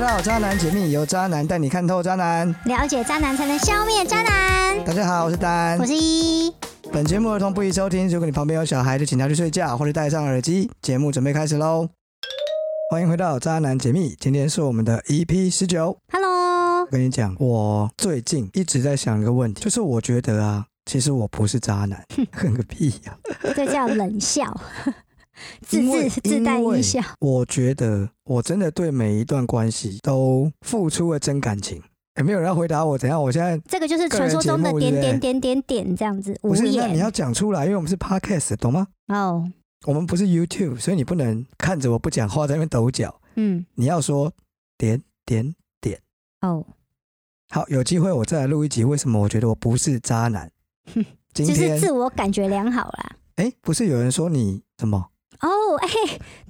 到《渣男解密》，由渣男带你看透渣男。了解渣男才能消灭渣男。大家好，我是丹我。是一，本节目儿童不宜收听，如果你旁边有小孩，就请他去睡觉或者戴上耳机。节目准备开始喽！欢迎回到《渣男解密》，今天是我们的 EP 十九。 Hello，我跟你讲，我最近一直在想一个问题，就是我觉得啊，其实我不是渣男， 恨个屁呀、这叫 冷笑，自因为自自带因为一笑。我觉得我真的对每一段关系都付出了真感情。也没有人要回答我，等一下我现在这个就是传说中的个人节目对点点不点点点这样子，无不是，那你言要讲出来，因为我们是 podcast，懂吗？哦，我们不是 YouTube，所以你不能看着我不讲话在那边抖脚，嗯，你要说点点。哦，好，有机会我再来录一集。为什么我觉得我不是渣 男哼？今就是天自我感觉良好啦。哎、不是有人说你什么？哦， 哎、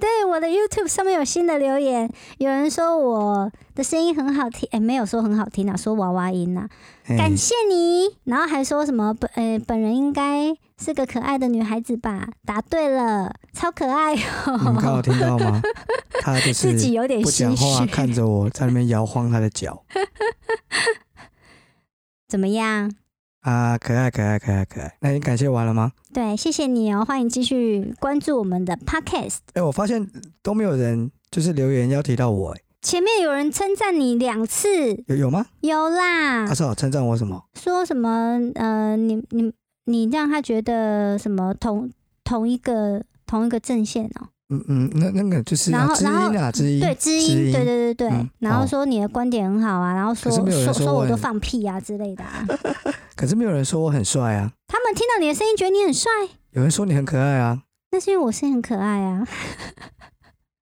对，我的 YouTube 上面有新的留言，有人说我的声音很好听，哎、没有说很好听啊，说娃娃音呐、哎感谢你，然后还说什么本呃本人应该是个可爱的女孩子吧？答对了，超可爱你们刚好哦，听到 吗？他就自己是有点不心讲话，虚，看着我在那边摇晃他的脚怎么样？啊，可爱可爱可爱可爱。那你感谢完了吗？对，谢谢你哦，欢迎继续关注我们的 Podcast。哎、我发现都没有人就是留言要提到我、哎，前面有人称赞你两次，有有吗？有啦，阿少称赞我什么？说什么呃，你你你让他觉得什么同同一个同一个阵线哦，嗯嗯，那那个就是然啊后知音然后啊，知音。对，知音，知音对对对对，嗯然后哦说你的观点很好啊，然后说可是没有人说说我我都很放屁啊之类的、啊，可是没有人说我很帅啊，他们听到你的声音觉得你很帅，有人说你很可爱啊。那是因为我声音很可爱啊，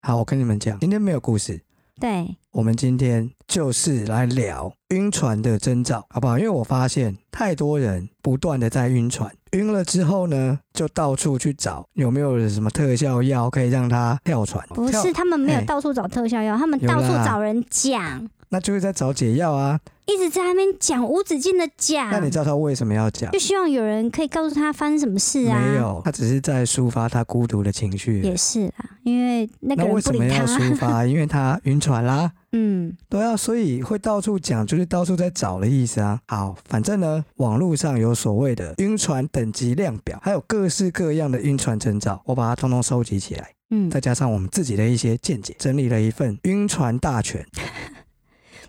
好，我跟你们讲，今天没有故事，对，我们今天就是来聊晕船的征兆，好不好？因为我发现太多人不断的在晕船，晕了之后呢，就到处去找有没有什么特效药可以让他跳船，不跳是他们没有嘿到处找特效药，他们有到处啦找人讲，那就是在找解药啊。一直在那边讲无止境的讲那，你知道他为什么要讲？就希望有人可以告诉他发生什么事啊，没有，他只是在抒发他孤独的情绪。也是啦，因为那那个为人不什么理要抒他，发？因为他晕船啦。 嗯。对啊，所以会到处讲，就是到处在找的意思啊。好，反正呢，网络上有所谓的晕船等级量表，还有各式各样的晕船征兆，我把它通通收集起来，嗯，再加上我们自己的一些见解，整理了一份晕船大 全。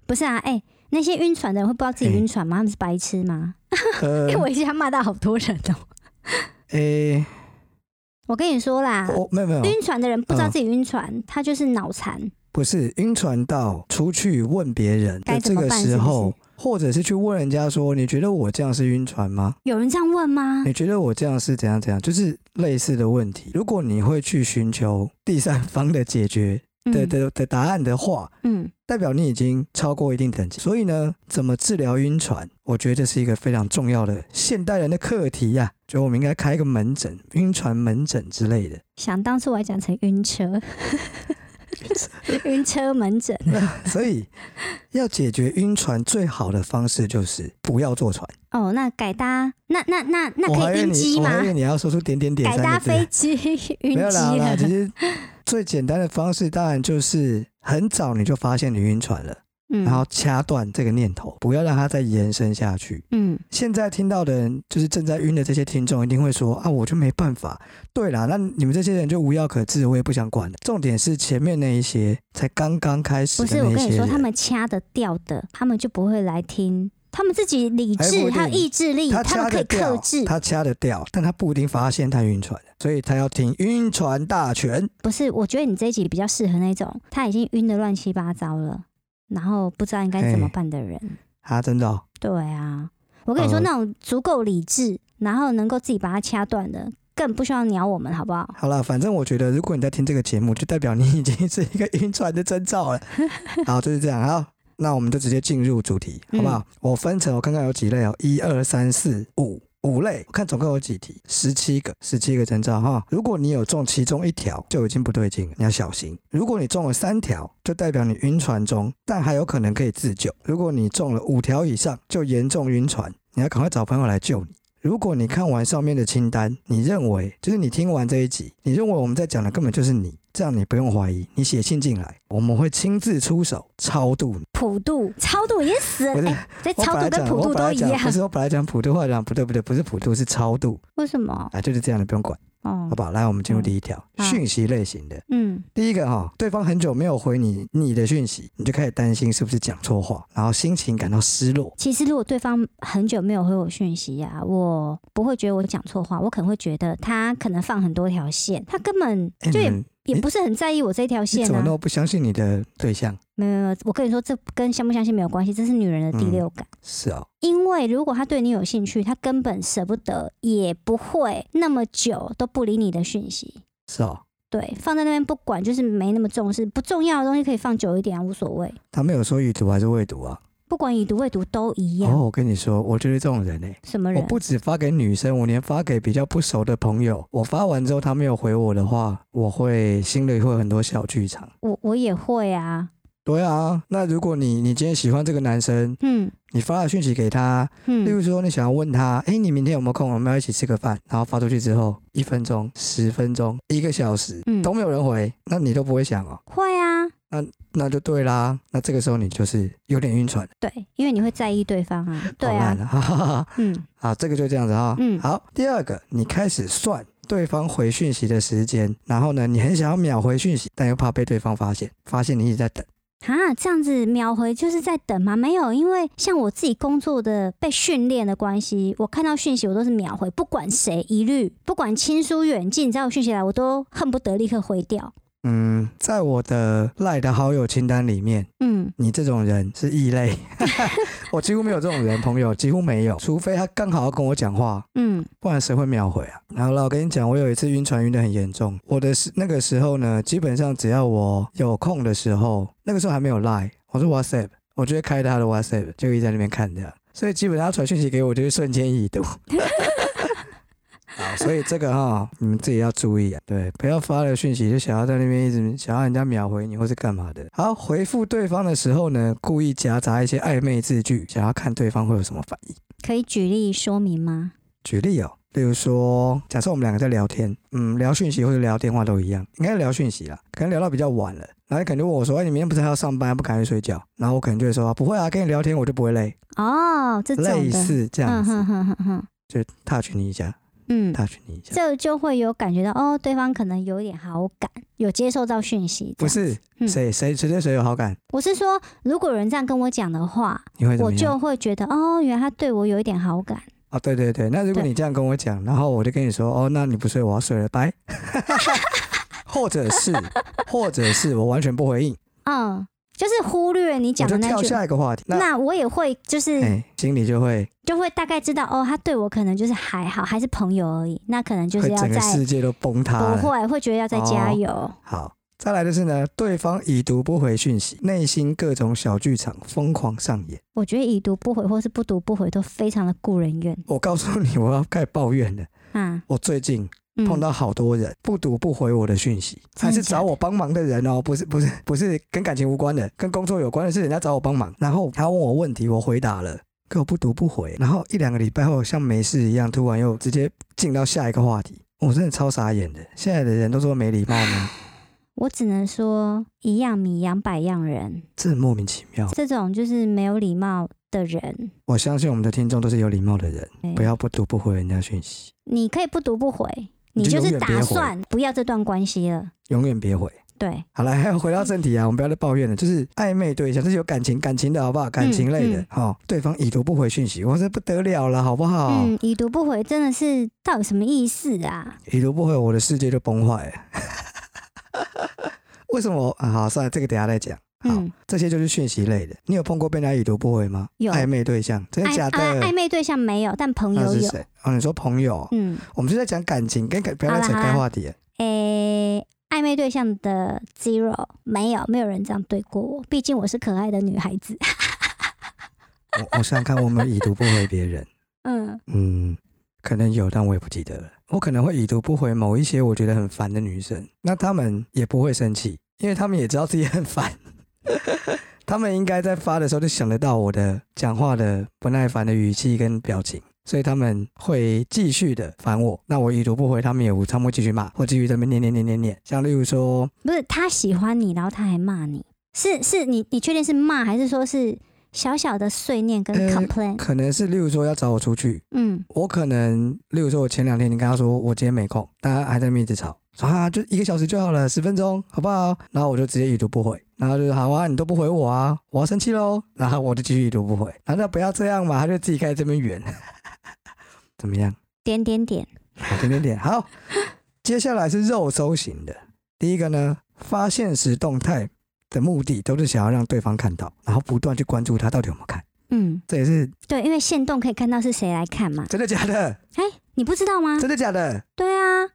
不是啊，哎、那些晕船的人会不知道自己嘿晕船吗？他们是白痴吗？哎呃哎、，我一下骂到好多人哦。诶、 我跟你说啦，我没有没有，晕船的人不嗯知道自己晕船，他就是脑残。不是晕船到出去问别人该的怎这么个办时是候不，或者是去问人家说，你觉得我这样是晕船吗？有人这样问吗？你觉得我这样是怎样怎样？就是类似的问题。如果你会去寻求第三方的解决的嗯的的答案的话，嗯，代表你已经超过一定等级。所以呢，怎么治疗晕船，我觉得这是一个非常重要的现代人的课题呀、觉得我们应该开一个门诊，晕船门诊之类的。想当初我还讲成晕 车， 晕车门诊。 所以，要解决晕船最好的方式就是不要坐船。哦，那改搭那那那我那还可以以为晕你，机我吗还以？为你要说出点点点改三搭个字。飞机 晕没有啦机啦，了其。实最简单的方式当然就是很早你就发现你晕船了，嗯然后掐断这个念头，不要让它再延伸下去。嗯，现在听到的人，就是正在晕的这些听众，一定会说啊，我就没办法。对啦，那你们这些人就无药可治，我也不想管了。重点是前面那一些才刚刚开始不是，的我那跟一你些说，他人，们掐得掉的，他们就不会来听。他们自己理哎不一智定还有意志力，他掐们得可以掉克制。他掐得掉，但他不一定发现他晕船了，所以他要听晕船大全。不是，我觉得你这一集比较适合那种他已经晕得乱七八糟了，然后不知道应该怎么嘿办的人。啊，真的、哦，对啊，我跟你说，呃那种足够理智，然后能够自己把它掐断的，更不需要鸟我们，好不好？好了，反正我觉得，如果你在听这个节目，就代表你已经是一个晕船的征兆 了。好，就是这样。好，那我们就直接进入主题，好不好？我分成，我看看有几类哦，一二三四五五类，我看总共有几题，十七个，十七个征兆哈。如果你有中其中一条，就已经不对劲了，你要小心。如果你中了三条，就代表你晕船中，但还有可能可以自救。如果你中了五条以上，就严重晕船，你要赶快找朋友来救你。如果你看完上面的清单，你认为就是你听完这一集，你认为我们在讲的根本就是你，这样你不用怀疑，你写信进来，我们会亲自出手超度你。普渡、超度也死不是了，哎，这我超本来度跟讲，普我渡本都来一讲样不，是我本来讲普渡，后来讲不对不对，不是普渡是超度为什么？啊，就是这样的，不用管，哦好，不好？来，我们进入第一条，嗯好讯息类型的。嗯，第一个哈、对方很久没有回你你的讯息，你就开始担心是不是讲错话，然后心情感到失落。其实如果对方很久没有回我讯息啊，我不会觉得我讲错话，我可能会觉得他可能放很多条线，他根本哎就也、你们也不是很在意我这条你线怎么啊那。么不相信你的对象？没有没有没有，我跟你说，这跟相不相信没有关系，这是女人的第六感。是哦，因为如果他对你有兴趣，他根本舍不得，也不会那么久都不理你的讯息。是哦，对，放在那边不管，就是没那么重视，不重要的东西可以放久一点啊，无所谓。他没有说已读还是未读啊？不管已读未读都一样。哦，我跟你说，我就是这种人哎、什么我人？不止发给女生，我连发给比较不熟的朋友，我发完之后他没有回我的话，我会心里会有很多小剧场。我我也会啊。对啊，那如果你你今天喜欢这个男生，嗯你发了讯息给他，例嗯，如说你想要问他，哎、你明天有没有空？我们要一起吃个饭。然后发出去之后，一分钟、十分钟、一个小时嗯都没有人回，那你都不会想哦，会啊。那就对啦。那这个时候你就是有点晕船，对，因为你会在意对方 啊。对好啊烂，哈哈哈。嗯，好，这个就这样子哈、嗯好，第二个，你开始算对方回讯息的时间，然后呢，你很想要秒回讯息，但又怕被对方发现，发现你一直在等。啊，这样子秒回就是在等吗？没有，因为像我自己工作的被训练的关系，我看到讯息我都是秒回，不管谁，一律不管亲疏远近，只要有讯息来，我都恨不得立刻回掉。嗯，在我的赖的好友清单里面，嗯，你这种人是异类， 我几乎没有这种人，朋友几乎没有，除非他刚好要跟我讲话，嗯，不然谁会秒回啊？然后啦，我跟你讲，我有一次晕船晕得很严重，我的时那个时候呢，基本上只要我有空的时候，那个时候还没有 Line，我是 WhatsApp，我就会开他的 WhatsApp，就一直在那边看这样，所以基本上他传讯息给我，我就会瞬间已读。好，所以这个哈、你们自己要注意啊，对，不要发了讯息就想要在那边一直想要人家秒回你或是干嘛的。好，回复对方的时候呢，故意夹杂一些暧昧字句，想要看对方会有什么反应。可以举例说明吗？举例哦，例如说，假设我们两个在聊天，嗯，聊讯息或者聊电话都一样，应该是聊讯息啦，可能聊到比较晚了，然后你可能就问我说，哎、你明天不是还要上班，不赶紧睡觉？然后我可能就会说，不会啊，跟你聊天我就不会累，哦，这种的，类似这样嗯子，哼哼哼哼，就 touch 你一下嗯， ，touch 你一下，这就会有感觉到哦，对方可能有点好感，有接受到讯息。不，是嗯谁谁谁对谁有好感，我是说，如果有人这样跟我讲的话，你会怎我么样？就会觉得哦，原来他对我有一点好感。哦，对对对，那如果对你这样跟我讲，然后我就跟你说，哦，那你不睡，我要睡了， 拜。或者是，或者是我完全不回应，嗯，就是忽略你我讲就的那跳句。下一个话题。那那嗯我也会，就是、哎、心里就会就会大概知道哦，他对我可能就是还好，还是朋友而已。那可能就是会要整个哦再世界都崩塌了。不会，会觉得要再加油。好，再来的是呢，对方已读不回讯息，内心各种小剧场疯狂上演。我觉得已读不回或是不读不回都非常的故人怨我告诉你，我要开始抱怨了。啊。我最近嗯，碰到好多人、不读不回我的讯息，真还的是假找我帮忙的人哦，不是不是不是跟感情无关的，跟工作有关的是人家找我帮忙，然后他问我问题，我回答了。可我不读不回，然后一两个礼拜后像没事一样，突然又直接进到下一个话题，我真的超傻眼的。现在的人都说没礼貌吗？ 我只能说一样米养百样人，这很莫名其妙。这种就是没有礼貌的人。我相信我们的听众都是有礼貌的人，哎不要不读不回人家讯息，你可以不读不回，你你就就是永远别打回算不要这段关系了。永远别回。对，好了，还要 回到正题啊，我们不要再抱怨了。就是暧昧对象，这是有感情感情的好不好？感情类的嗯，哈、对方已读不回讯息，我这不得了了，好不好？嗯，已读不回真的是到底什么意思啊？已读不回，我的世界就崩坏了。 为什么？啊、好，算了，这个等一下再讲。好，嗯，这些就是讯息类的。你有碰过被人家已读不回吗？有暧昧对象，真的假暧啊的？暧暧昧对象没有，但朋那友是有。谁？哦，你说朋友，嗯，我们是在讲感情，跟感不要再好啦扯开好啦话题了。诶、暧昧对象的 zero 没有，没有人这样对过我。毕竟我是可爱的女孩子。 我我想想看，我们已读不回别人，嗯，嗯，可能有，但我也不记得了。我可能会已读不回某一些我觉得很烦的女生，那她们也不会生气，因为她们也知道自己很烦。 她们应该在发的时候就想得到我的讲话的不耐烦的语气跟表情，所以他们会继续的烦我。那我已读不回，他们也无他们会继续骂，或继续在那边念念念念念。像例如说，不是他喜欢你，然后他还骂你，是是你你确定是骂还是说是小小的碎念跟呃 complain？、可能是例如说要找我出去，嗯，我可能，例如说，我前两天你跟他说我今天没空，大家还在那边一直吵，说啊，就一个小时就好了，十分钟好不好？然后我就直接已读不回，然后就是好啊，你都不回我啊，我要生气喽，然后我就继续已读不回，难道不要这样嘛？他就自己开始这边圆， 怎么样？点点点，好点点点，好。接下来是肉搜型的，第一个呢，发现时动态的目的都是想要让对方看到，然后不断去关注他到底有没有看，嗯，这也是对，因为线动可以看到是谁来看嘛。真的假的？哎、你不知道吗？真的假的？对啊，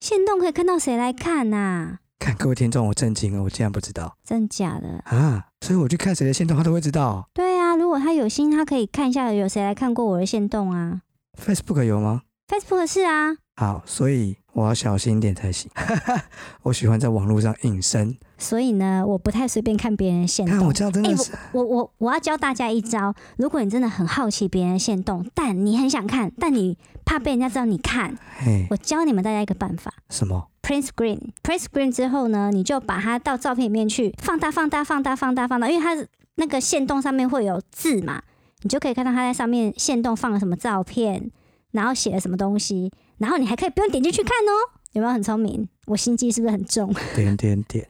线动可以看到谁来看啊呐、看各位听众，我震惊了，我竟然不知道真假的？啊！所以我去看谁的线动，他都会知道哦、对啊，如果他有心，他可以看一下有谁来看过我的线动啊。 Facebook 有吗？ Facebook 是啊，好，所以我要小心一点才行。 我喜欢在网络上隐身，所以呢，我不太随便看别人的线看我动。这样真的是、我我我要教大家一招，如果你真的很好奇别人的线动，但你很想看，但你怕被人家知道你看，嘿我教你们大家一个办法。什么？ Print screen, print screen 之后呢，你就把它到照片里面去放大、放大、放大、放大、放大，因为它那个线动上面会有字嘛，你就可以看到它在上面线动放了什么照片，然后写了什么东西，然后你还可以不用点进去看哦，有没有很聪明？我心机是不是很重？ 点点点。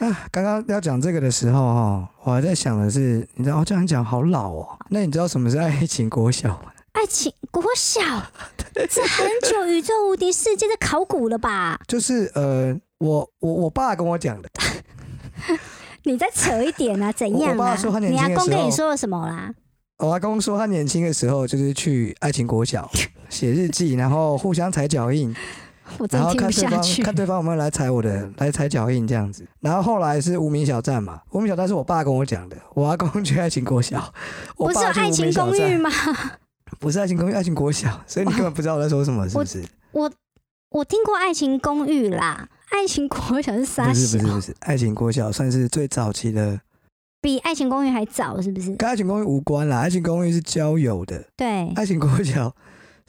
啊，刚刚要讲这个的时候哦，我还在想的是，你知道、哦、这样讲好老哦。那你知道什么是爱情国小吗？ 爱情国小，这很久宇宙无敌世界的考古了吧？就是呃，我我我爸跟我讲的，你再扯一点啊，怎样 我爸啊？说他年你轻阿的公时跟候你说了什么啦？我哦阿公说他年轻的时候就是去爱情国 小写日记，然后互相踩脚印，我真然的后听看不对下方去。看对方有没有来踩我的，来踩脚印这样子。然后后来是无名小站嘛，无名小站是我爸跟我讲的，我阿公去爱情国小，我 不是有爸去爱无情名小啊公寓站，吗？不是爱情公寓，爱情国小，所以你根本不知道我在说什么，是 不是？我听过《爱情公寓》啦，《爱情国小》是不啥是小？不是不是，爱情国小算是最早期的，比《爱情公寓》还早是不是？跟爱情公寓无关啦，爱情公寓是交友的，对，爱情国小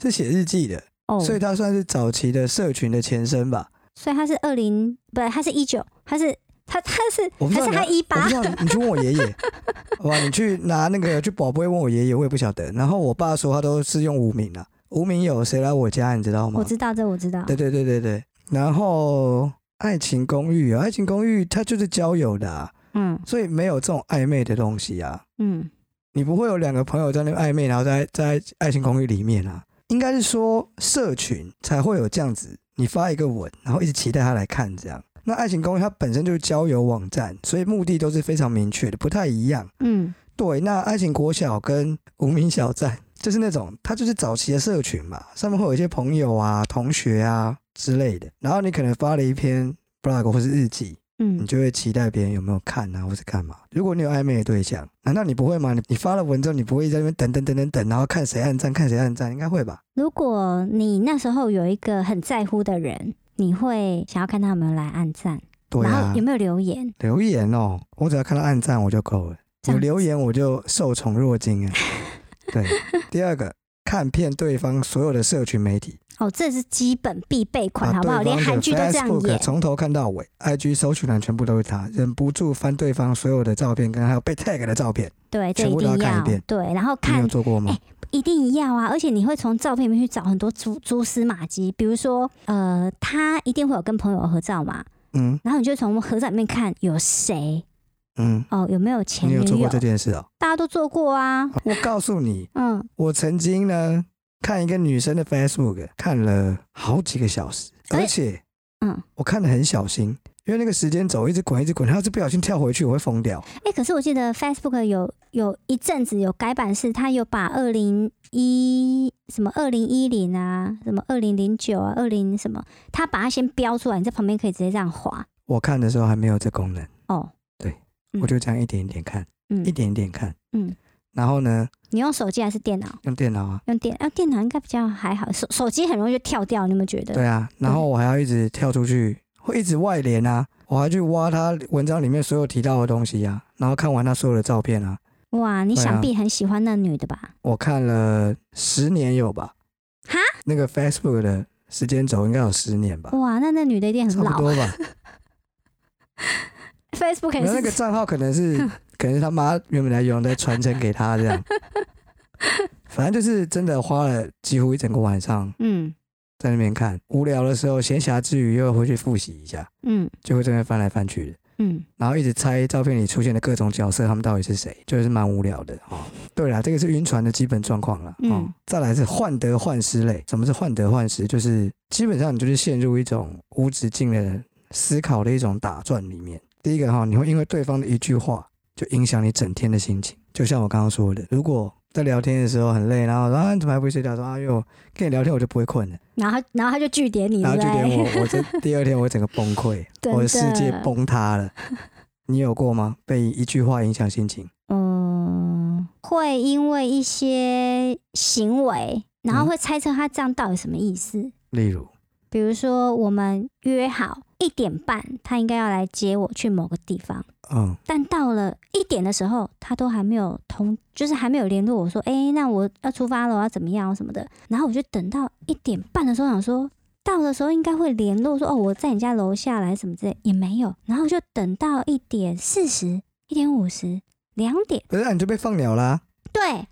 是写日记的，哦，啊所以它算是早期的社群的前身吧。所以他是二零，不，他是一九，他是他他是我不知道还是你要他一我八不知？道，你去问我爷爷， 好吧？你去拿那个去宝贝问我爷爷，我也不晓得。然后我爸说他都是用无名啊，无名有谁来我家，你知道吗我？知道这我知道，对对对对对。然后爱情公寓啊，爱情公寓它就是交友的、啊，嗯所以没有这种暧昧的东西啊。嗯，你不会有两个朋友在那边暧昧，然后在在爱情公寓里面啊。应该是说社群才会有这样子，你发一个文，然后一直期待他来看这样。那爱情公寓它本身就是交友网站，所以目的都是非常明确的，不太一样。嗯对，那爱情国小跟无名小站就是那种，它就是早期的社群嘛，上面会有一些朋友啊、同学啊之类的。然后你可能发了一篇 blog 或是日记，你嗯，就会期待别人有没有看啊，或是干嘛。如果你有暧昧的对象，难道你不会吗？你你发了文之后，你不会在那边等等等等等，然后看谁按赞，看谁按赞，应该会吧？如果你那时候有一个很在乎的人，你会想要看他有没有来按赞，对然啊后有，没有留言？留言哦，我只要看到按赞我就够了，这有样留言我就受宠若 惊啊。对，第二个。看遍对方所有的社群媒 体，哦，这是基本必备款，把好不好？啊对连方的韩剧都这样 Facebook 演，从头看到尾，IG 搜寻栏全部都是他，忍不住翻对方所有的照片，跟还有被 tag 的照片。对，这全一部都要定看一要遍对，然后你看哎有做过吗？一定要啊！而且你会从照片里面去找很多蛛蛛丝马迹，比如说，呃，他一定会有跟朋友合照嘛，嗯然后你就从合照里面看有谁嗯，哦，有没有前你女有友，做过这件事哦？大家都做过啊， 我告诉你，嗯，我曾经呢看一个女生的 Facebook，看了好几个小时，哎而且，嗯，我看的很小心，因为那个时间轴一直滚，一直滚，它要是不小心跳回去，我会疯掉。哎、可是我记得 Facebook 有有一阵子有改版，是它有把二零一什么二零一零啊，什么二零零九啊，二零什么，它把它先标出来，你在旁边可以直接这样划我看的时候还没有这功能，哦，嗯我就这样一点一点看，一嗯，点一点看，嗯，然后呢，你用手机还是电脑？用电脑啊，用电啊，电脑应该比较还好，手手机很容易就跳掉，你有没有觉得？对啊，然后我还要一直跳出去，会一直外连啊，我还去挖他文章里面所有提到的东西啊，然后看完他所有的照片啊，哇，你对啊想必很喜欢那女的吧？我看了十年有吧？哈，那个 Facebook 的时间轴应该有十年吧，哇，那那女的一哦定很啊差不老。多 吧。 Facebook 然也后那个是账号可能 是可能是他妈原本来有人在传承给他这样，反正就是真的花了几乎一整个晚上嗯在那边看，无聊的时候闲暇之余又回去复习一下，嗯就会在那边翻来翻去的。嗯，然后一直猜照片里出现的各种角色，他们到底是谁，就是蛮无聊的哦。对啦，这个是晕船的基本状况了。嗯、嗯再来是患得患失类。什么是患得患失？就是基本上你就是陷入一种无止境的思考的一种打转里面。第一个哈、你会因为对方的一句话就影响你整天的心情。就像我刚刚说的，如果在聊天的时候很累，然后说啊你怎么还不去睡觉？说啊哟，跟你聊天我就不会困了，然后然后他就据点你，然后对就不连对？我，我这第二天我整个崩溃， 真的我的世界崩塌了。 你有过吗？被一句话影响心情？ 嗯，会因为一些行为，然嗯后会猜测他这样到底什么意思。例如，比如说，我们约好一点半，他应该要来接我去某个地方，嗯，但到了一点的时候，他都还没有通，就是还没有联络我说，哎、那我要出发了，我要怎么样什么的。然后我就等到一点半的时候，想说到的时候应该会联络说，哦，我在你家楼下来什么之类，也没有。然后我就等到一点四十、一点五十、两点，不是、啊、你就被放鸟啦、对，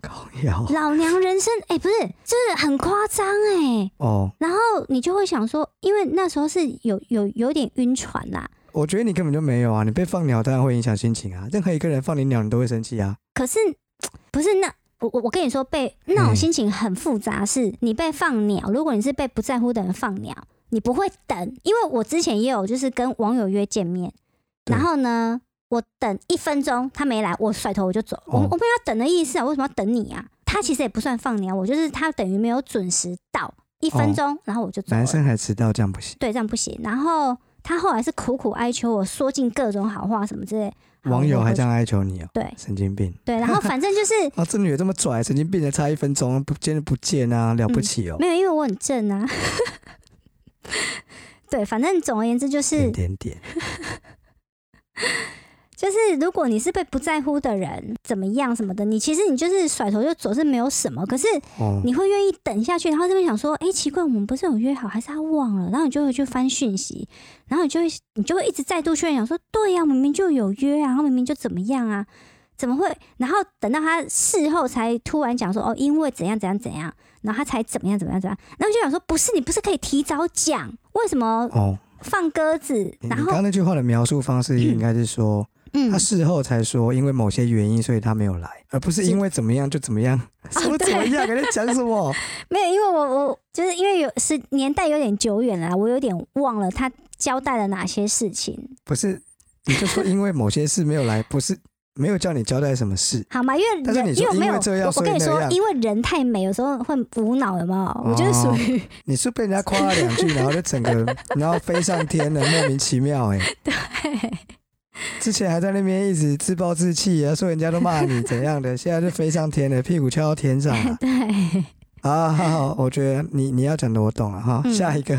靠 腰老娘人生，哎、不是，真的很夸张哎。哦，然后你就会想说，因为那时候是有有有点晕船啦、我觉得你根本就没有啊！你被放鸟当然会影响心情啊，任何一个人放你鸟你都会生气啊。可是不是那我我我跟你说，被那嗯种心情很复杂是，你被放鸟，如果你是被不在乎的人放鸟，你不会等，因为我之前也有就是跟网友约见面，对然后呢，我等一分钟他没来，我甩头我就走，我哦我没有要等的意思啊，为什么要等你啊？他其实也不算放鸟，我就是他等于没有准时到一分哦钟，然后我就走了男。生还迟到这样不行。对，这样不行。然后他后来是苦苦哀求我，说尽各种好话什么之类。好网友我还回这样哀求你哦，对神经病对，然后反正就是啊！这女的这么拽，神经病的，差一分钟不见就不见啊，了不起哦。嗯没有，因为我很正啊。 对，反正总而言之就是点点点，就是，如果你是被不在乎的人怎么样什么的，你其实你就是甩头就走是没有什么，可是哦，你会愿意等下去，然后这边想说，哎、奇怪，我们不是有约好，还是他忘了？然后你就会去翻讯息，然后你就会你就会一直再度确认，想说，对呀、明明就有约啊，然后明明就怎么样啊，怎么会？然后等到他事后才突然讲说，哦，因为怎样怎样怎样，然后他才怎么样怎么样怎么样，然后就想说，不是你不是可以提早讲，为什么哦，放鸽子？嗯你你然刚后刚那句话的描述方式应该是说，嗯他，事后才说，因为某些原因，所以他没有来，而不是因为怎么样就怎么样， 什么怎么样，你在讲什么？没有，因为我我就是因为有是年代有点久远了啦，我有点忘了他交代了哪些事情。不是，你就说因为某些事没有来，不是没有叫你交代什么事。好嘛，因为但是人你说为没有因为这样我我所以跟你那说，样哦因为人太美，有时候会无脑，有没有？我就是属于。你是被人家夸了两句，然后就整个然后飞上天了，莫名其妙哎、之前还在那边一直自暴自弃啊，说人家都骂你怎样的，现在就飞上天了，屁股翘到天上了对，啊，好好，我觉得你你要讲的我懂了哈。嗯下一个，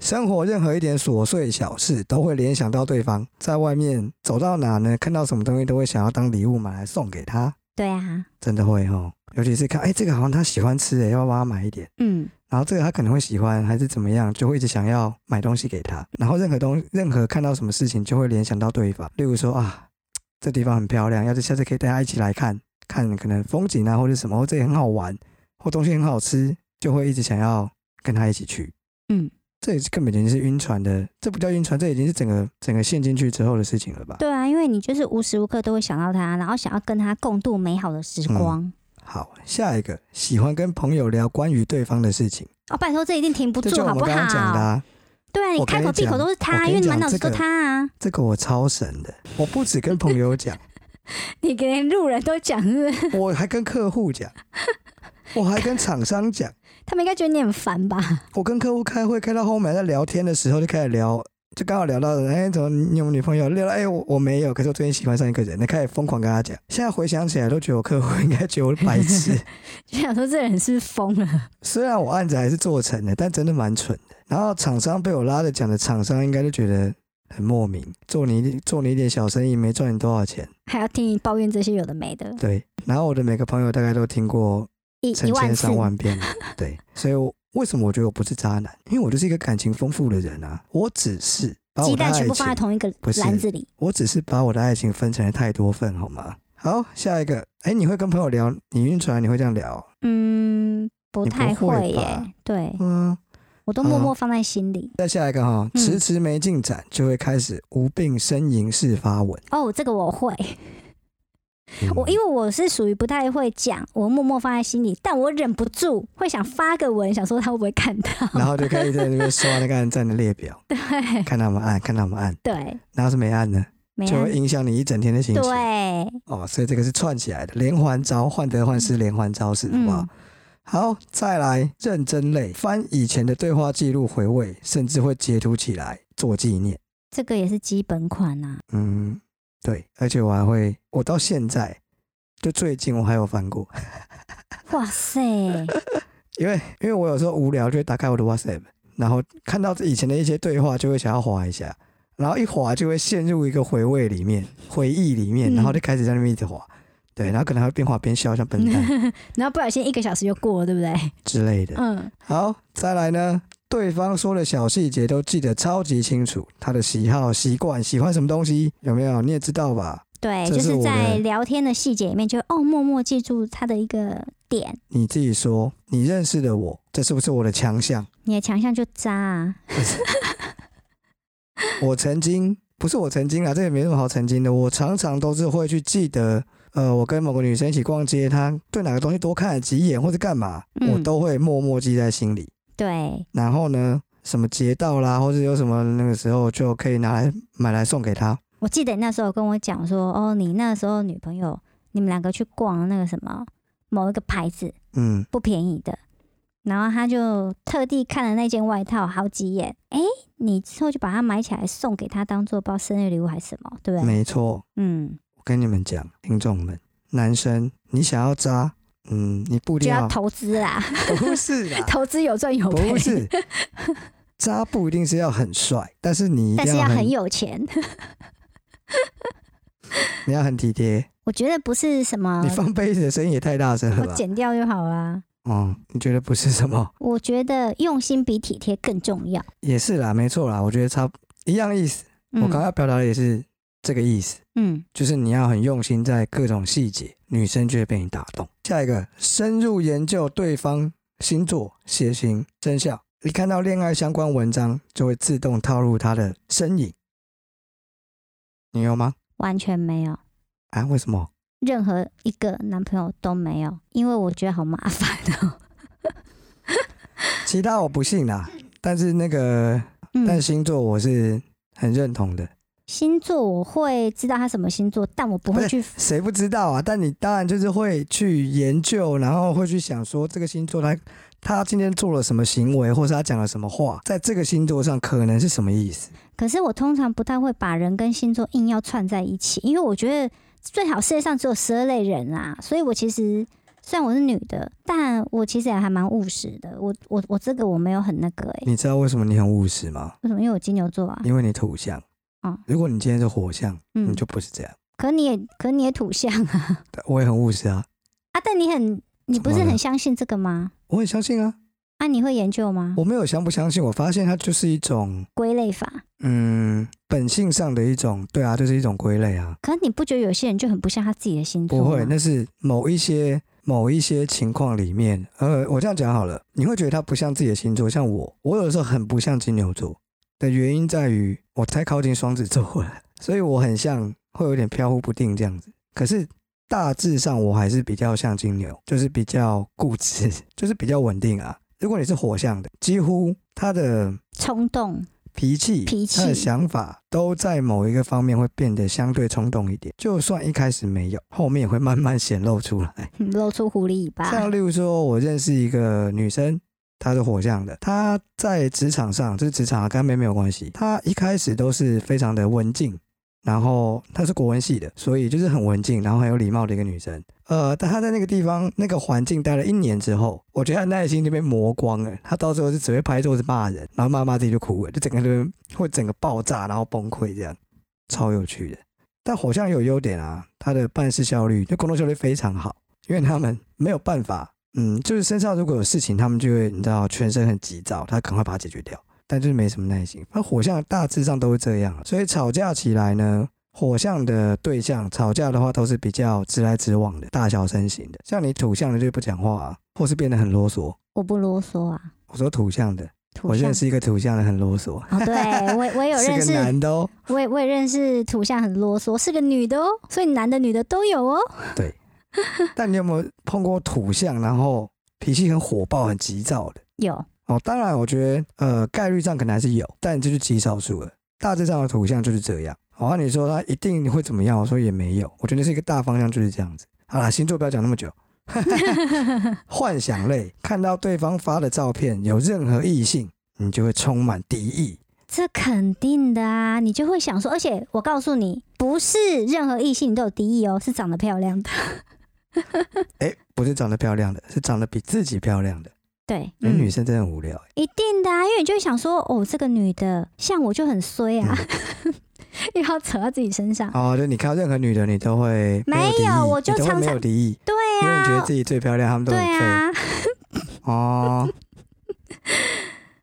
生活任何一点琐碎小事都会联想到对方，在外面走到哪呢，看到什么东西都会想要当礼物买来送给他，对啊，真的会哈。尤其是看，哎、这个好像他喜欢吃、哎，要不要帮他买一点？嗯然后这个他可能会喜欢，还是怎么样，就会一直想要买东西给他。然后任何东任何看到什么事情，就会联想到对方。例如说啊，这地方很漂亮，要是下次可以带他一起来看看，可能风景啊或者什么，或这里很好玩，或东西很好吃，就会一直想要跟他一起去。嗯，这也是根本已经是晕船的，这不叫晕船，这已经是整个整个陷进去之后的事情了吧？对啊，因为你就是无时无刻都会想到他，然后想要跟他共度美好的时光。嗯好，下一个喜欢跟朋友聊关于对方的事情，哦，拜托，这一定停不这就住，我好们不好？刚刚讲的、啊。对啊，你我开跟口你闭口讲都是我他，跟你因为你讲满脑子这都个他啊，这个我超神的，我不止跟朋友讲，你连路人都讲是不是我还跟客户讲， 我还跟厂商讲，他们应该觉得你很烦吧？ 我跟客户开会开到后面在聊天的时候就开始聊，就刚好聊到哎、怎么你有没有女朋友？聊到哎、我我没有，可是我最近喜欢上一个人，那开始疯狂跟他讲。现在回想起来都觉得我客户应该觉得我白痴，就想说这人是不是疯了？虽然我案子还是做成了，但真的蛮蠢的。然后厂商被我拉着讲的厂商应该就觉得很莫名，做你做你一点小生意没赚你多少钱，还要听你抱怨这些有的没的，对。然后我的每个朋友大概都听过一成一万千次上万遍了， 对。所以我为什么我觉得我不是渣男？因为我就是一个感情丰富的人啊，我只是把鸡哦我的蛋爱全情部放在同一个不是篮子里，我只是把我的爱情分成了太多份，好吗？好，下一个，哎、你会跟朋友聊你晕船，你会这样聊？嗯，不你不太会会吧耶，对嗯。我都默嗯默放在心里。再下一个哈，嗯迟迟没进展，就会开始无病呻吟式发文。哦，这个我会，嗯 我因为为我是属于不太会讲，我默默放在心里，但我忍不住会想发个文，想说他会不会看到。 然后就可以在那边刷那个按赞的列表，对看他们按，看他们按，对，然后是没按的，没就按会影响你一整天的心情。对，哦，所以这个是串起来的，连环招，患得患失，连环招式，好不好？嗯，好，再来认真类，翻以前的对话记录回味，甚至会截图起来做纪念。这个也是基本款啊。嗯，对，而且我还会，我到现在就最近我还有翻过， 哇塞，因为因为我有时候无聊就会打开我的 WhatsApp，然后看到以前的一些对话，就会想要划一下，然后一划就会陷入一个回味里面、回忆里面，然后就开始在那边一直划，对，然后可能还会边划边笑，像笨蛋然后不小心一个小时就过了，对不对？之类的。嗯，好，再来呢，对方说的小细节都记得超级清楚，他的喜好、习惯、喜欢什么东西，有没有？你也知道吧？对，这就是是我在的聊天的细节里面就，哦默默记住他的一个点。你自己说，你认识的我，这是不是我的强项？ 你的强项就渣、啊，我曾经不是我曾经啊，这也没什么好曾经的。我常常都是会去记得，呃，我跟某个女生一起逛街，她对哪个东西多看了几眼，或者干嘛，嗯我都会默默记在心里。对，然后呢，什么节到啦，或者有什么那个时候就可以拿来买来送给她。我记得你那时候跟我讲说，哦，你那时候女朋友，你们两个去逛那个什么某一个牌子嗯，不便宜的，然后他就特地看了那件外套好几眼，哎，你之后就把它买起来送给他当做包生日礼物还是什么，对不对？没错。嗯，我跟你们讲，听众们，男生你想要渣，嗯，你不一定就要投资啦， 不是 啦，投资有赚有赔不，是，渣不一定是要很帅，但是你一 但定是要很，很有钱。你要很体贴。我觉得不是什么你，放杯子的声音也太大声了我吧？剪掉就好啦。嗯，你觉得不是什么？我觉得用心比体贴更重要。也是啦，没错啦，我觉得差不一样意思。我嗯刚刚要表达的也是这个意思，嗯，就是你要很用心在各种细节，女生就会被你打动。下一个，深入研究对方星座、血型、生肖，一看到恋爱相关文章，就会自动套入他的身影。你有吗？完全没有。啊，为什么？任何一个男朋友都没有，因为我觉得好麻烦哦。其他我不信啦，但是那个，但嗯，星座我是很认同的。星座我会知道他什么星座，但我不不会是去谁不知道啊？但你当然就是会去研究，然后会去想说这个星座他他今天做了什么行为，或是他讲了什么话，在这个星座上可能是什么意思？可是我通常不太会把人跟星座硬要串在一起，因为我觉得最好世界上只有十二类人啦、所以我其实虽然我是女的，但我其实也还蛮务实的。我我我这个我没有很那个哎、你知道为什么你很务实吗？为什么？因为我金牛座啊。因为你土象。嗯如果你今天是火象，嗯你，就不是这样。可你也可你也土象啊 但我也很务实啊，啊，但你很你不怎么是了很相信这个吗？我很相信啊。啊，你会研究吗？我没有相不相信，我发现它就是一种归类法。嗯本性上的一种，对啊，就是一种归类啊。可是你不觉得有些人就很不像他自己的星座不吗？会，那是某一些某一些情况里面，呃，我这样讲好了，你会觉得他不像自己的星座，像我，我有的时候很不像金牛座的原因在于我太靠近双子座了， 所以我很像会有点飘忽不定这样子。可是大致上我还是比较像金牛，就是比较固执， 就是比较稳定啊。如果你是火象的，几乎他的冲动， 脾气、脾气他的想法都在某一个方面会变得相对冲动一点，就算一开始没有，后面也会慢慢显露出来。你露出狐狸尾巴像。例如说，我认识一个女生，她是火象的，她在职场上，这是职场啊，跟妹妹有关系。她一开始都是非常的文静，然后她是国文系的，所以就是很文静，然后很有礼貌的一个女生。呃，但他在那个地方那个环境待了一年之后，我觉得他耐心就被磨光了。他到最后是只会拍桌子骂人，然后骂骂自己就哭了，就整个人会整个爆炸，然后崩溃这样，超有趣的。但火象有优点啊，他的办事效率就工作效率非常好，因为他们没有办法，嗯，就是身上如果有事情，他们就会你知道全身很急躁，他赶快把它解决掉，但就是没什么耐心。那火象大致上都是这样啊，所以吵架起来呢，火象的对象吵架的话，都是比较直来直往的，大小声型的。像你土象的就不讲话、啊，或是变得很啰嗦。我不啰嗦啊，我说土象的，土我象认。识一个土象的很啰嗦，哦，对我也我也有 是个认识，男的哦。我也我也认识土象很啰嗦，是个女的哦，所以男的女的都有哦。但你有没有碰过土象，然后脾气很火爆、很急躁的？有，哦，当然，我觉得呃概率上可能还是有，但这是极少数了。大致上的土象就是这样。好、那你说他一定会怎么样？我说也没有，我觉得是一个大方向就是这样子。好啦，星座不要讲那么 久。幻想类，看到对方发的照片有任何异性，你就会充满敌意。这肯定的啊，你就会想说，而且我告诉你，不是任何异性你都有敌意哦，是长得漂亮的。哎、不是长得漂亮的，是长得比自己漂亮的。对，嗯哎女生真的很无聊、欸一定的啊，因为你就会想说，哦，这个女的像我就很衰啊， 又要扯到自己身上。嗯哦，就你看到任何女的，你都会没敌意有我就你都会常没有常敌意，对因为你觉得啊自，己最漂亮，她们都对很废、啊，哦。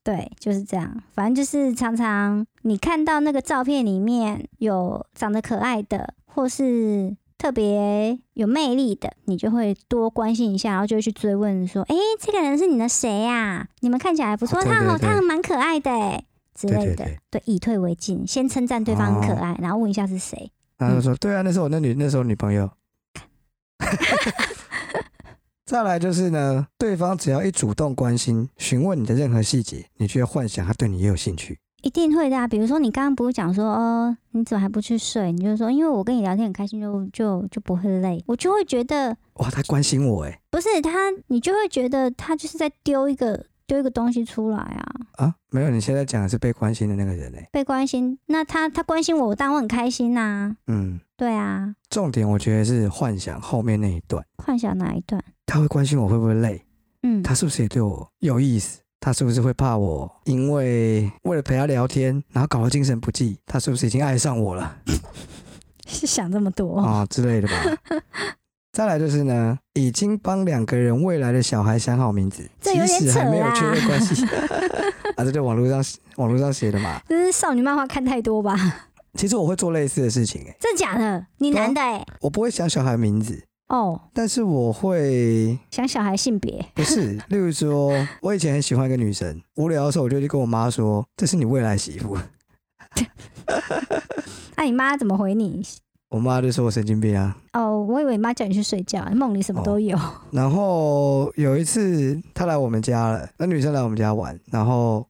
对，就是这样。反正就是常常你看到那个照片里面有长得可爱的，或是特别有魅力的，你就会多关心一下，然后就会去追问说：“诶，这个人是你的谁呀、你们看起来还不错，哦对他对好，对他还蛮可爱的、诶之对类对的。对以退为进，先称赞对方很可哦爱，然后问一下是谁。然后就说：“对啊，那是我那女那时候女朋友。” 再来就是呢，对方只要一主动关心、询问你的任何细节，你就会幻想他对你也有兴趣。一定会的啊！比如说你刚刚不是讲说，哦，你怎么还不去睡？你就说，因为我跟你聊天很开心就，就就不会累，我就会觉得哇，他关心我哎不是他，你就会觉得他就是在丢一个丢一个东西出来啊，啊，没有，你现在讲的是被关心的那个人哎。被关心。那他他关心我，我当然会很开心呐、嗯，对啊，重点我觉得是幻想后面那一段，幻想哪一段？他会关心我会不会累，嗯，他是不是也对我有意思，他是不是会怕我因为为了陪他聊天，然后搞到精神不济，他是不是已经爱上我了？是想这么多啊、之类的吧。 再来就是呢，已经帮两个人未来的小孩想好名字，这有即点使还扯没有确啦认关 系啊，这就网络上网络上写的嘛。这是少女漫画看太多吧？其实我会做类似的事情、欸，真假的？你对啊男的哎、我不会想小孩名字，哦，但是我会想小孩性别，不 是，例如说，我以前很喜欢一个女生，无聊的时候我就去跟我妈说，这是你未来媳妇，啊那、你妈怎么回你？我妈就说我神经病啊。哦，我以为你妈叫你去睡觉，梦里什么哦都有。 然后有一次她来我们家了，那女生来我们家玩，然后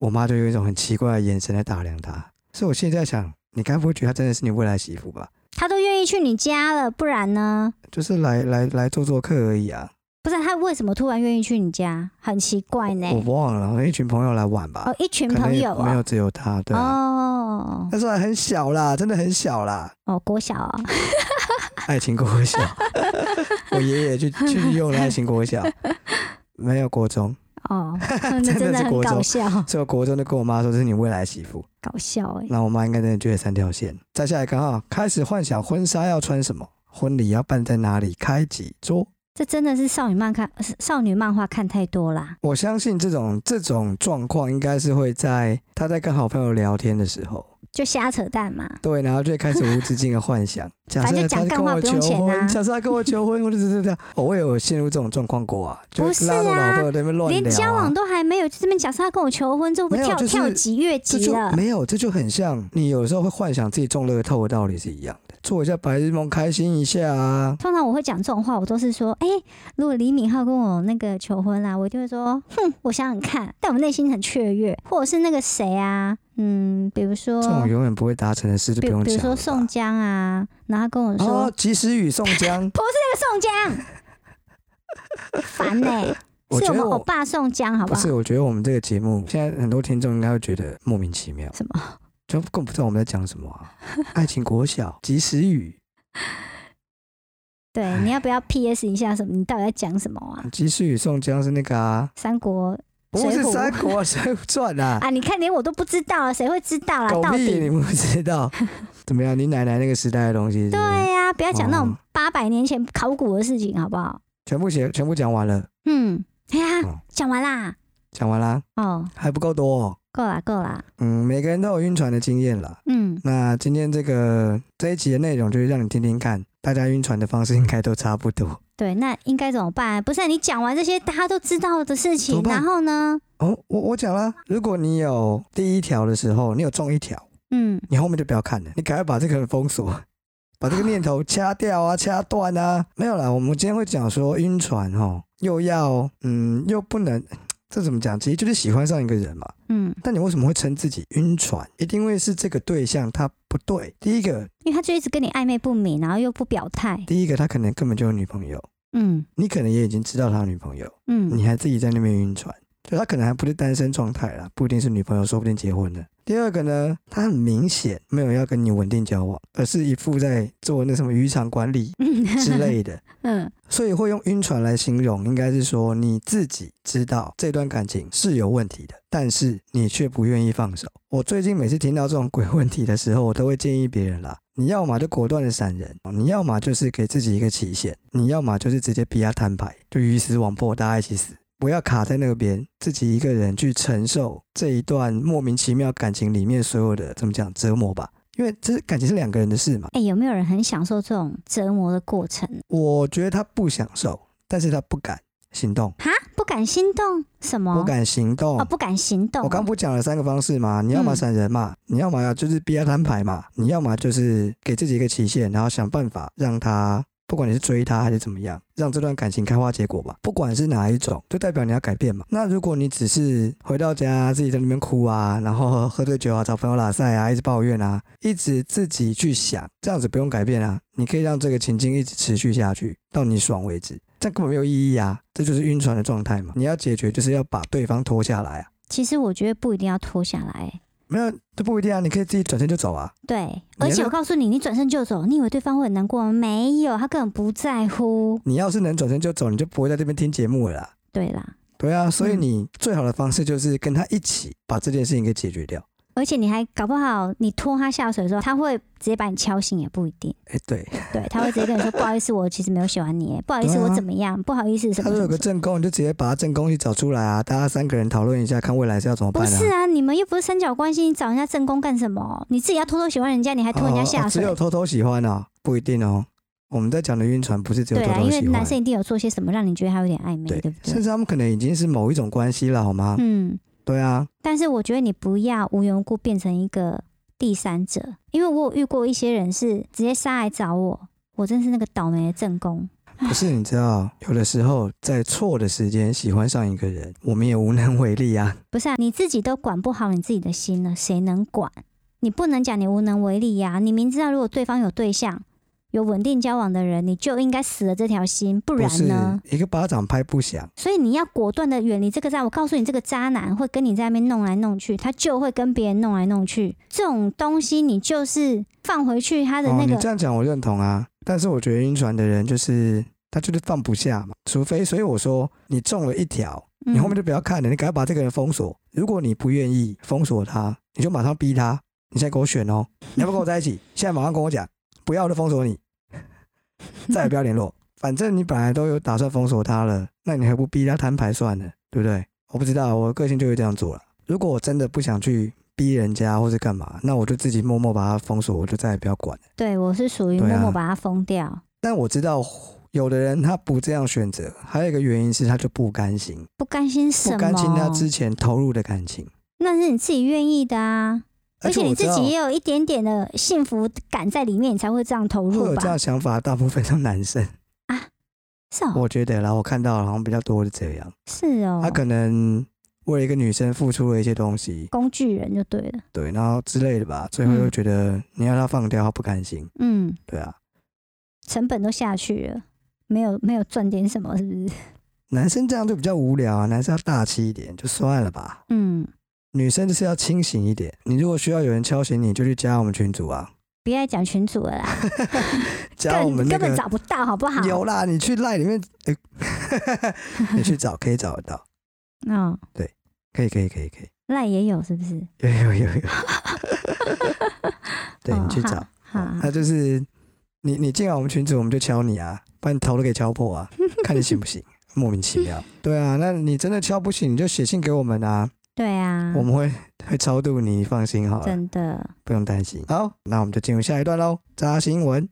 我妈就用一种很奇怪的眼神来打量她，所以我现在想，你该不会觉得她真的是你未来媳妇吧？他都愿意去你家了，不然呢？就是来来来做做客而已啊，不是他为什么突然愿意去你家？很奇怪呢。我忘了，一群朋友来玩吧，哦，一群可能朋也友没有啊。只有她，对啊，哦那时候还很小啦，真的很小啦，哦，国小啊，爱情国 小，我爷爷去去用了爱情国小，没有国中， 哦，那真的真的是很国中搞笑， 所以我国中就跟我妈说这是你未来媳妇，搞笑哎、那我妈应该真的觉得三条线。再下来刚好开始幻想婚纱要穿什么，婚礼要办在哪里，开几桌。这真的是少女漫看少女漫画看太多啦。我相信这种这种状况应该是会在她在跟好朋友聊天的时候，就瞎扯淡嘛。对，然后就会开始无止境的幻想。假 反正设就她跟讲干话我不求用钱婚，啊假设她跟我求婚，我就这样，哦我也有陷入这种状况过啊，就不是拉着我老啊朋友在那边乱连聊、啊，交往都还没有，就这边假设他跟我求婚，这不没有跳、就是跳级越这级就了？没有，这就很像你有时候会幻想自己中乐透的道理是一样的，做一下白日梦，开心一下啊。通常我会讲这种话，我都是说，哎、如果李敏镐跟我那个求婚啦、我就会说，哼，我想想看，但我内心很雀跃，或者是那个谁啊，嗯，比如说这，种永远不会达成的事就比不用比讲如了吧。说宋江啊，然后他跟我说，，哦，及时雨宋江不 是那 个宋江，烦呢、欸我是觉我们得欧我巴宋江，好不好？是，我觉得我们这个节目现在很多听众应该会觉得莫名其妙，什么？ 就根本不知道我们在讲什么啊。爱情国小，及时雨，对，你要不要 PS 一下什么？你到底在讲什么啊？ 《鸡翅与宋江》是那个啊，三国不是水《浒三国水浒传》啊，啊，你看连我都不知道啊了，谁会知道啦？狗到屁，底你不知 道？怎么样？你奶奶那个时代的东西是不是，对呀、不要讲那种哦八百年前考古的事情，好不好？全部写，全部讲完了，嗯，哎哦呀，讲完啦，讲完啦，哦，还不够多、哦。够啦，够啦，嗯，每个人都有晕船的经验啦。嗯，那今天这个这一集的内容，就是让你听听看，大家晕船的方式应该都差不多。对，那应该怎么办？不是、你讲完这些大家都知道的事怎情么，办然后呢？哦，我我讲啦，如果你有第一条的时候，你有中一条，嗯，你后面就不要看了，你赶快把这个封锁，把这个念头掐掉啊，掐断啊。没有啦，我们今天会讲说晕船哦，又要嗯，又不能，这怎么讲？其实就是喜欢上一个人嘛。嗯，但你为什么会称自己晕船？一定会是这个对象他不对。第一个，因为他就一直跟你暧昧不明，然后又不表态，第一个他可能根本就有女朋友，嗯你可能也已经知道他有女朋友，嗯你还自己在那边晕船，就他可能还不是单身状态啦，不一定是女朋友，说不定结婚了。第二个呢，他很明显没有要跟你稳定交往，而是一副在做那什么渔场管理之类的，嗯所以会用晕船来形容，应该是说你自己知道这段感情是有问题的，但是你却不愿意放手。我最近每次听到这种鬼问题的时候，我都会建议别人啦，你要么就果断的闪人，你要么就是给自己一个期限，你要么就是直接逼他摊牌，就鱼死网破，大家一起死。不要卡在那边，自己一个人去承受这一段莫名其妙感情里面所有的怎么讲折磨吧，因为这感情是两个人的事嘛。哎、有没有人很享受这种折磨的过程？我觉得他不享受，但是他不敢行动。哈，不敢心动什么？不敢行动。哦，不敢行动。我刚不讲了三个方式嘛，你要么嗯闪人嘛，你要么就是逼他摊牌嘛，你要么就是给自己一个期限，然后想办法让他，不管你是追他还是怎么样，让这段感情开花结果吧。不管是哪一种，就代表你要改变嘛。那如果你只是回到家自己在那边哭啊，然后喝醉酒啊，找朋友拉塞啊，一直抱怨啊，一直自己去想，这样子不用改变啊，你可以让这个情境一直持续下去，到你爽为止。这样根本没有意义啊！这就是晕船的状态嘛。你要解决，就是要把对方拖下来啊。其实我觉得不一定要脱下来。没有，这不一定啊，你可以自己转身就走啊。对，你还而是且我告诉你，你转身就走，你以为对方会很难过吗？没有，他根本不在乎。你要是能转身就走，你就不会在这边听节目了啦。对啦，对啊，所以嗯你最好的方式就是跟他一起把这件事情给解决掉。而且你还搞不好，你拖他下水的时候，他会直接把你敲醒，也不一定。哎，对，对，他会直接跟你说：“不好意思，我其实没有喜欢你，不好意思，对啊我怎么样？不好意思，什他么如果有什么个什么。正宫，你就直接把他正宫去找出来啊，大家三个人讨论一下，看未来是要怎么”不办啊。是啊，你们又不是三角关系，你找人家正宫干什么？你自己要偷偷喜欢人家，你还拖人家哦下哦只水？有偷偷喜欢啊，不一定哦。我们在讲的晕船不是只有对偷啦，啊因偷为喜欢男，生一定有做些什么让你觉得他有点暧昧，对对不，甚对？至他们可能已经是某一种关系了，好吗？嗯，对啊，但是我觉得你不要无缘无故变成一个第三者，因为我有遇过一些人是直接杀来找我，我真是那个倒霉的正宫。可是你知道，有的时候在错的时间喜欢上一个人，我们也无能为力啊。不是啊，你自己都管不好你自己的心了，谁能管？你不能讲你无能为力呀、你明知道如果对方有对象、有稳定交往的人，你就应该死了这条心，不不然呢？是一个巴掌拍不响，所以你要果断的远离这个渣。我告诉你，这个渣男会跟你在那边弄来弄去，他就会跟别人弄来弄去。这种东西你就是放回去他的那哦，个你这样讲我认同啊，但是我觉得晕船的人就是他就是放不下嘛，除非所以我说你中了一条，嗯你后面就不要看了，你赶快把这个人封锁。如果你不愿意封锁他，你就马上逼他，你现在给我选哦，你要不要跟我在一 起？现在马上跟我讲，不要我就封锁你，再也不要联络。反正你本来都有打算封锁他了，那你还不逼他摊牌算了，对不对？我不知道，我个性就会这样做了。如果我真的不想去逼人家或是干嘛，那我就自己默默把他封锁，我就再也不要管了。对，我是属于对默啊默把它封掉，但我知道有的人他不这样选择，还有一个原因是他就不甘心，不甘心什不么？甘心啊他之前投入的感情，那是你自己愿意的啊，而且我你知自道己也有一点点的幸福感在里面，你才会这样投会入有这吧样？想法，大部分都男生，是 哦，我觉得啦，我看到好像比较多是这样，是哦，他可能为了一个女生付出了一些东西，工具人就对了。对，然后之类的吧，最后又嗯觉得你要他放掉，他不甘心，嗯，对啊，成本都下去了，没有没有赚点什么，是不是？男生这样就比较无聊啊，男生要大气一点，就算了吧。嗯，女生就是要清醒一点，你如果需要有人敲醒你，就去加我们群组啊。别再讲群主了啦，加我根们那根个本找啊不到，好不好？有啦，你去赖里面，哎 你去找可以找得到，嗯，可以可以可以可以，赖也有是不是？有有有 有，对哦你去找，好，好那就是你你进来我们群组，我们就敲你啊，把你头都给敲破啊，看你行不行，莫名其妙。对啊，那你真的敲不醒，你就写信给我们啊，对啊，我们会会超度你，放心好了，真的不用担心。好，那我们就进入下一段喽，扎新闻。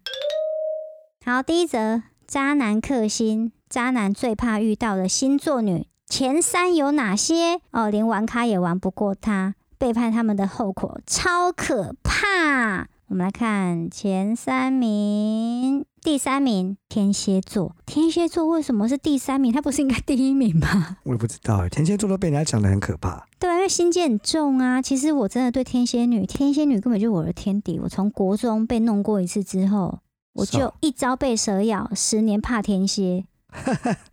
好。第一则，渣男克星，渣男最怕遇到的星座女前三有哪些？哦，连玩咖也玩不过他，背叛他们的后果超可怕。我们来看前三名，第三名天蝎座。天蝎座为什么是第三名？他不是应该第一名吗？我也不知道欸，天蝎座都被人家讲的很可怕，对啊，因为心机很重啊。其实我真的对天蝎女，天蝎女根本就是我的天敌。我从国中被弄过一次之后，我是哦就一朝被蛇咬，十年怕天蝎。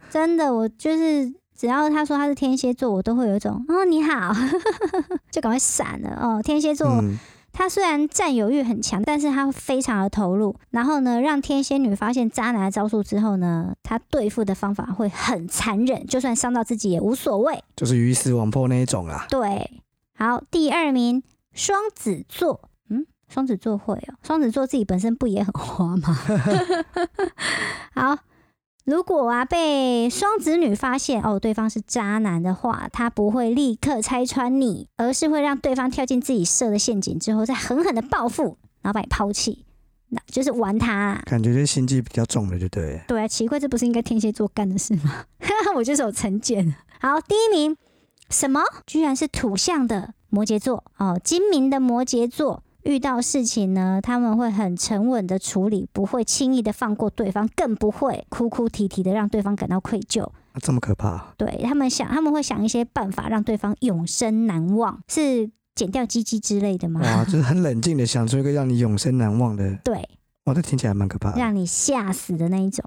真的，我就是只要他说他是天蝎座，我都会有一种哦你好， 就赶快闪了哦。天蝎座、嗯，他虽然占有欲很强，但是他非常的投入。然后呢，让天蝎女发现渣男的招数之后呢，他对付的方法会很残忍，就算伤到自己也无所谓。就是鱼死网破那一种啊啦。对，好，第二名双子座，嗯，双子座会哦，双子座自己本身不也很花吗？好，如果啊被双子女发现哦对方是渣男的话，他不会立刻拆穿你，而是会让对方跳进自己设的陷阱之后，再狠狠的报复，然后把你抛弃，那就是玩他啊。感觉就是心机比较重的，就对了。对啊，奇怪，这不是应该天蝎座干的事吗？ 我就是有成见。好，第一名什么？居然是土象的摩羯座哦，精明的摩羯座。遇到事情呢，他们会很沉稳的处理，不会轻易的放过对方，更不会哭哭啼啼的让对方感到愧疚。啊这么可 怕，对他们想，他们会想一些办法让对方永生难忘，是剪掉鸡鸡之类的吗？哇，就是很冷静的想出一个让你永生难忘的， 对，哇，这哦听起来蛮可怕的。让你吓死的那一种。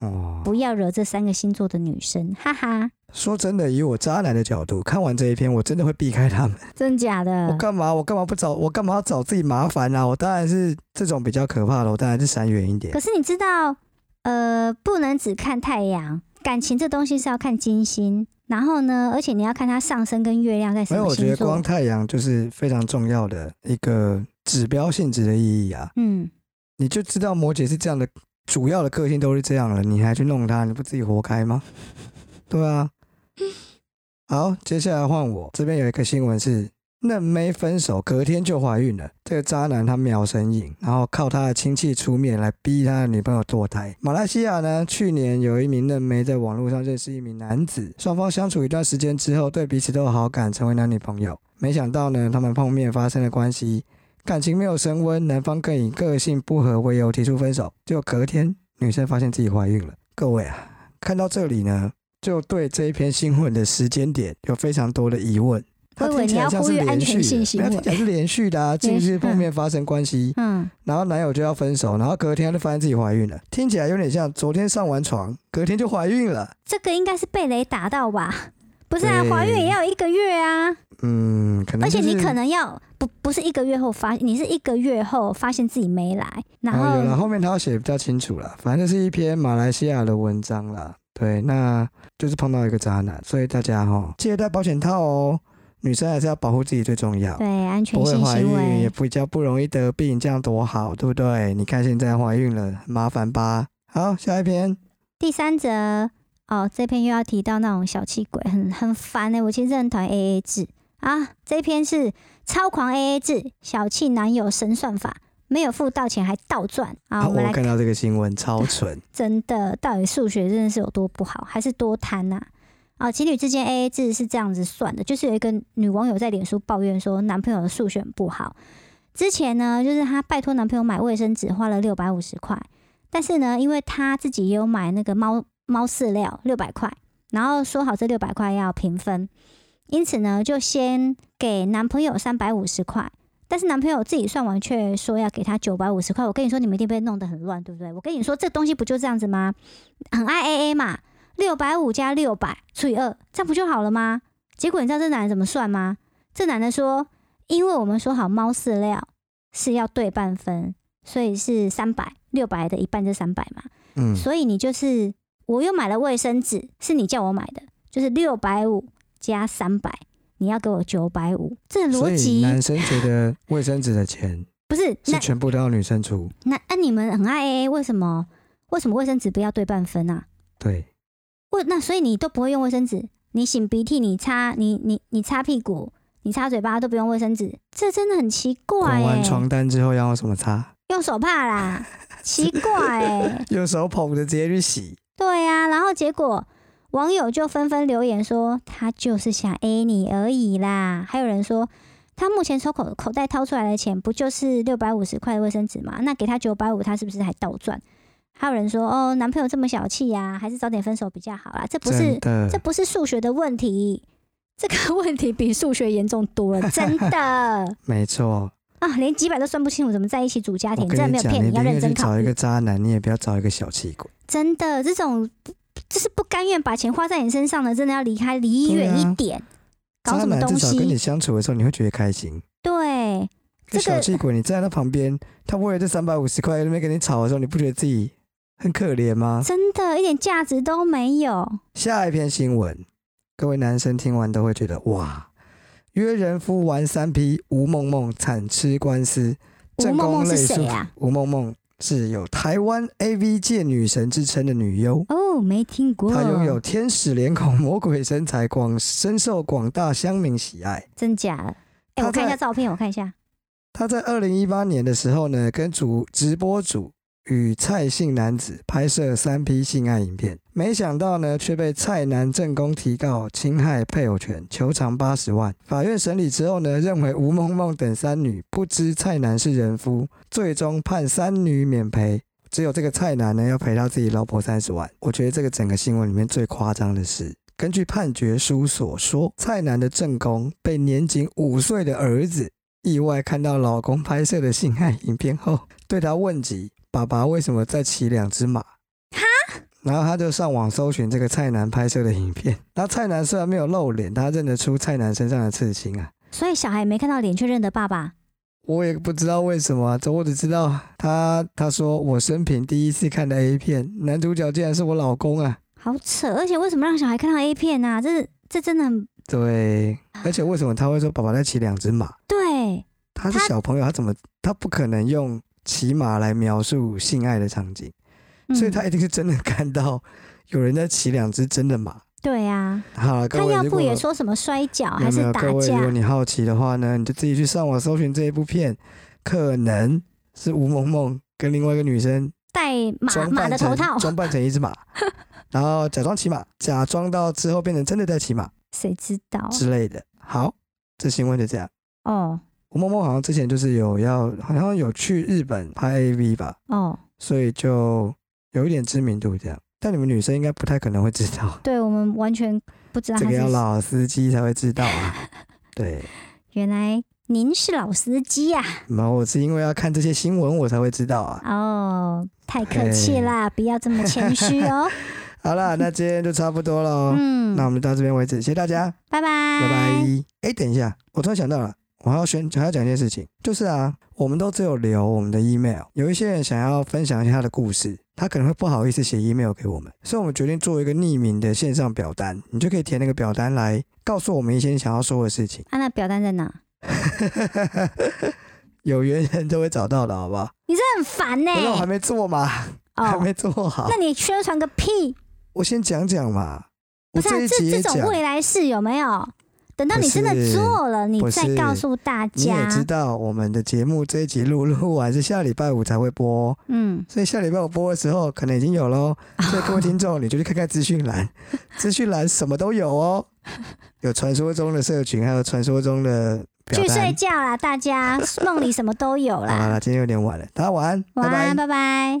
哦，不要惹这三个星座的女生，哈哈，说真的，以我渣男的角度看完这一篇，我真的会避开他们。真假的？ 我干嘛？我干嘛不找？我干嘛要找自己麻烦啊？我当然是这种比较可怕的，我当然是闪远一点可。是你知道，呃，不能只看太阳，感情这东西是要看金星。然后呢，而且你要看它上升跟月亮在什没有，么我觉星得光座。太阳就是非常重要的一个指标性质的意义啊。嗯，你就知道摩羯是这样的，主要的个性都是这样了，你还去弄他，你不自己活该吗？ 对啊。好，接下来换我这边有一个新闻是嫩妹分手，隔天就怀孕了。这个渣男他秒神隐，然后靠他的亲戚出面来逼他的女朋友堕胎。马来西亚呢，去年有一名嫩妹在网络上认识一名男子，双方相处一段时间之后，对彼此都有好感，成为男女朋友。没想到呢，他们碰面发生了关系，感情没有升温，男方更以个性不合为由提出分手。就隔天，女生发现自己怀孕了。各位啊，看到这里呢，就对这一篇新闻的时间点有非常多的疑问。它我以为听起来你要像是呼吁安连续全性的行没有为听起来是连续的啊，近日碰面发生关系，嗯，然后男友就要分手，然后隔天她就发现自己怀孕了，听起来有点像昨天上完床，隔天就怀孕了。这个应该是被雷打到吧？不是啊，对怀孕也要一个月啊，嗯，可能、而就且是、你可能要不不是一个月后发，你是一个月后发现自己没来，然啊后、有了，后面他要写得比较清楚了，反正就是一篇马来西亚的文章啦。对，那就是碰到一个渣男，所以大家哈记得带保险套哦，女生还是要保护自己最重要。对安全不会性怀行孕也为，比较不容易得病，这样多好，对不对？你看现在怀孕了，很麻烦吧？好，下一篇，第三则哦，这篇又要提到那种小气鬼，很很烦哎、我其实真的很讨厌 AA 制啊。这篇是超狂 AA 制，小气男友神算法，没有付到钱还倒赚啊。啊我我们来看看，到这个新闻超 蠢，真的到底数学真的是有多不好，还是多贪呐、啊？哦，情侣之间 AA 制是这样子算的，就是有一个女网友在脸书抱怨说，男朋友的数学很不好。之前呢，就是她拜托男朋友买卫生纸，花了六百五十块，但是呢，因为她自己也有买那个猫猫饲料六百块，然后说好这六百块要平分，因此呢，就先给男朋友三百五十块。但是男朋友自己算完却说要给他九百五十块，我跟你说你们一定被弄得很乱，对不对？我跟你说这东西不就这样子吗？很爱 AA 嘛，六百五加六百除以二，这样不就好了吗？结果你知道这男的怎么算吗？这男的说，因为我们说好猫饲料是要对半分，所以是三百六百的一半是三百嘛，嗯，所以你就是我又买了卫生纸，是你叫我买的，就是六百五加三百，你要给我九百五，这所逻以辑男生觉得卫生纸的钱不是是 那全部都要女生出，那那你们很爱 AA，为什么为什么卫生纸不要对半分啊？对，为那所以你都不会用卫生纸，你擤鼻涕，你擦你你你擦屁股，你擦嘴巴都不用卫生纸，这真的很奇滚怪哎、完床单之后要用什么擦？用手帕啦，奇怪哎、 用手捧着直接去洗，对呀、然后结果网友就纷纷留言说，他就是想 A 你而已啦。还有人说，他目前从口口袋掏出来的钱不就是六百五十块的卫生纸吗？那给他九百五，他是不是还倒赚？还有人说，哦，男朋友这么小气呀、还是早点分手比较好啦。这不真是的这。不是数学的问题，这个问题比数学严重多了，真的 啊，没错，连几百都算不清楚，怎么在一起组家我庭？真跟的没有讲，骗你你，要宁认愿去真考找一虑个。渣男，你也不要找一个小气鬼。真的，这种就是不甘愿把钱花在你身上的，真的要离开，离远一点。搞渣什么男东至少跟你西？相处的时候，你会觉得开心。对，这这个小气鬼，你站在他旁边，他为了这三百五十块在那边跟你吵的时候，你不觉得自己很可怜 吗？真的一点价值都没有。下一篇新闻，各位男生听完都会觉得哇，约人夫玩三 P，吴梦梦惨吃官司，吴正梦宫梦类是诉谁啊？吴梦梦是有台湾 AV 界女神之称的女优。哦，没听过。她拥有天使脸孔、魔鬼身材，广深受广大乡民喜爱。真假的？哎、他我看一在下照片，我看一下。她在二零一八年的时候呢，跟主直播主与蔡姓男子拍摄三批性爱影片，没想到呢却被蔡男正宫提告侵害配偶权，求偿八十万。法院审理之后呢，认为吴梦梦等三女不知蔡男是人夫，最终判三女免赔。只有这个蔡男呢要赔他自己老婆三十万。我觉得这个整个新闻里面最夸张的是。根据判决书所说，蔡男的正宫被年仅五岁的儿子意外看到老公拍摄的性爱影片后，对他问及爸爸为什么在骑两只马。然后他就上网搜寻这个蔡男拍摄的影片。那蔡男虽然没有露脸，他认得出蔡男身上的刺青啊。所以小孩没看到脸却认得爸爸，我也不知道为什么啊，这我只知道他他说我生平第一次看的 A 片，男主角竟然是我老公啊。好扯！而且为什么让小孩看到 A 片啊？这这真的很对，而且为什么他会说爸爸在骑两只马？对，他是他小朋友，他怎么他不可能用骑马来描述性爱的场景？嗯、所以他一定是真的看到有人在骑两只真的马。对啊，好了，各他位，要如不果也说什么摔跤有还没是有打各位，如架果？你好奇的话呢，你就自己去上网搜寻这一部片，可能是吴萌萌跟另外一个女生戴马装马扮的成头套，装扮成一 只马，然后假装骑马，假装到之后变成真的在骑马谁知道？之类的。好，这新闻就这样。哦吴萌萌好像之前就是有要，好像有去日本拍 AV 吧，哦，所以就有一点知名度这样。但你们女生应该不太可能会知道。对我们完全不知道这他个要是老司机才会知道 啊。对，原来您是老司机啊呀、那我是因为要看这些新闻我才会知道啊。哦，太客气啦，不要这么谦虚 哦。好啦，那今天就差不多了哦。嗯，那我们就到这边为止，谢谢大家，拜拜，拜拜。哎，等一下，我突然想到了，我还要宣还要讲一件事情，就是啊，我们都只有留我们的 email，有一些人想要分享一下他的故事，他可能会不好意思写 email 给我们，所以我们决定做一个匿名的线上表单，你就可以填那个表单来告诉我们一些你想要说的事情， 啊，那表单在哪？有缘人都会找到的，好不好？你这很烦呢、可是我还没做嘛。还哎哦，没做好那。你宣传个屁！我先讲讲嘛，我不是、啊、一集这也这讲种，未来事有没有？等到不你真的是做了，你不再是告诉大你也家。知道我们的节目这一集录录完是下礼拜五才会播，嗯，所以下礼拜我播的时候可能已经有喽。哦所以各位听众，你就去看看资讯 栏，资讯栏什么都有哦，有传说中的社群，还有传说中的表去睡单。觉啦，大家梦里什么都有好啦。了，今天有点晚了，大家晚安，晚拜拜。安，拜拜。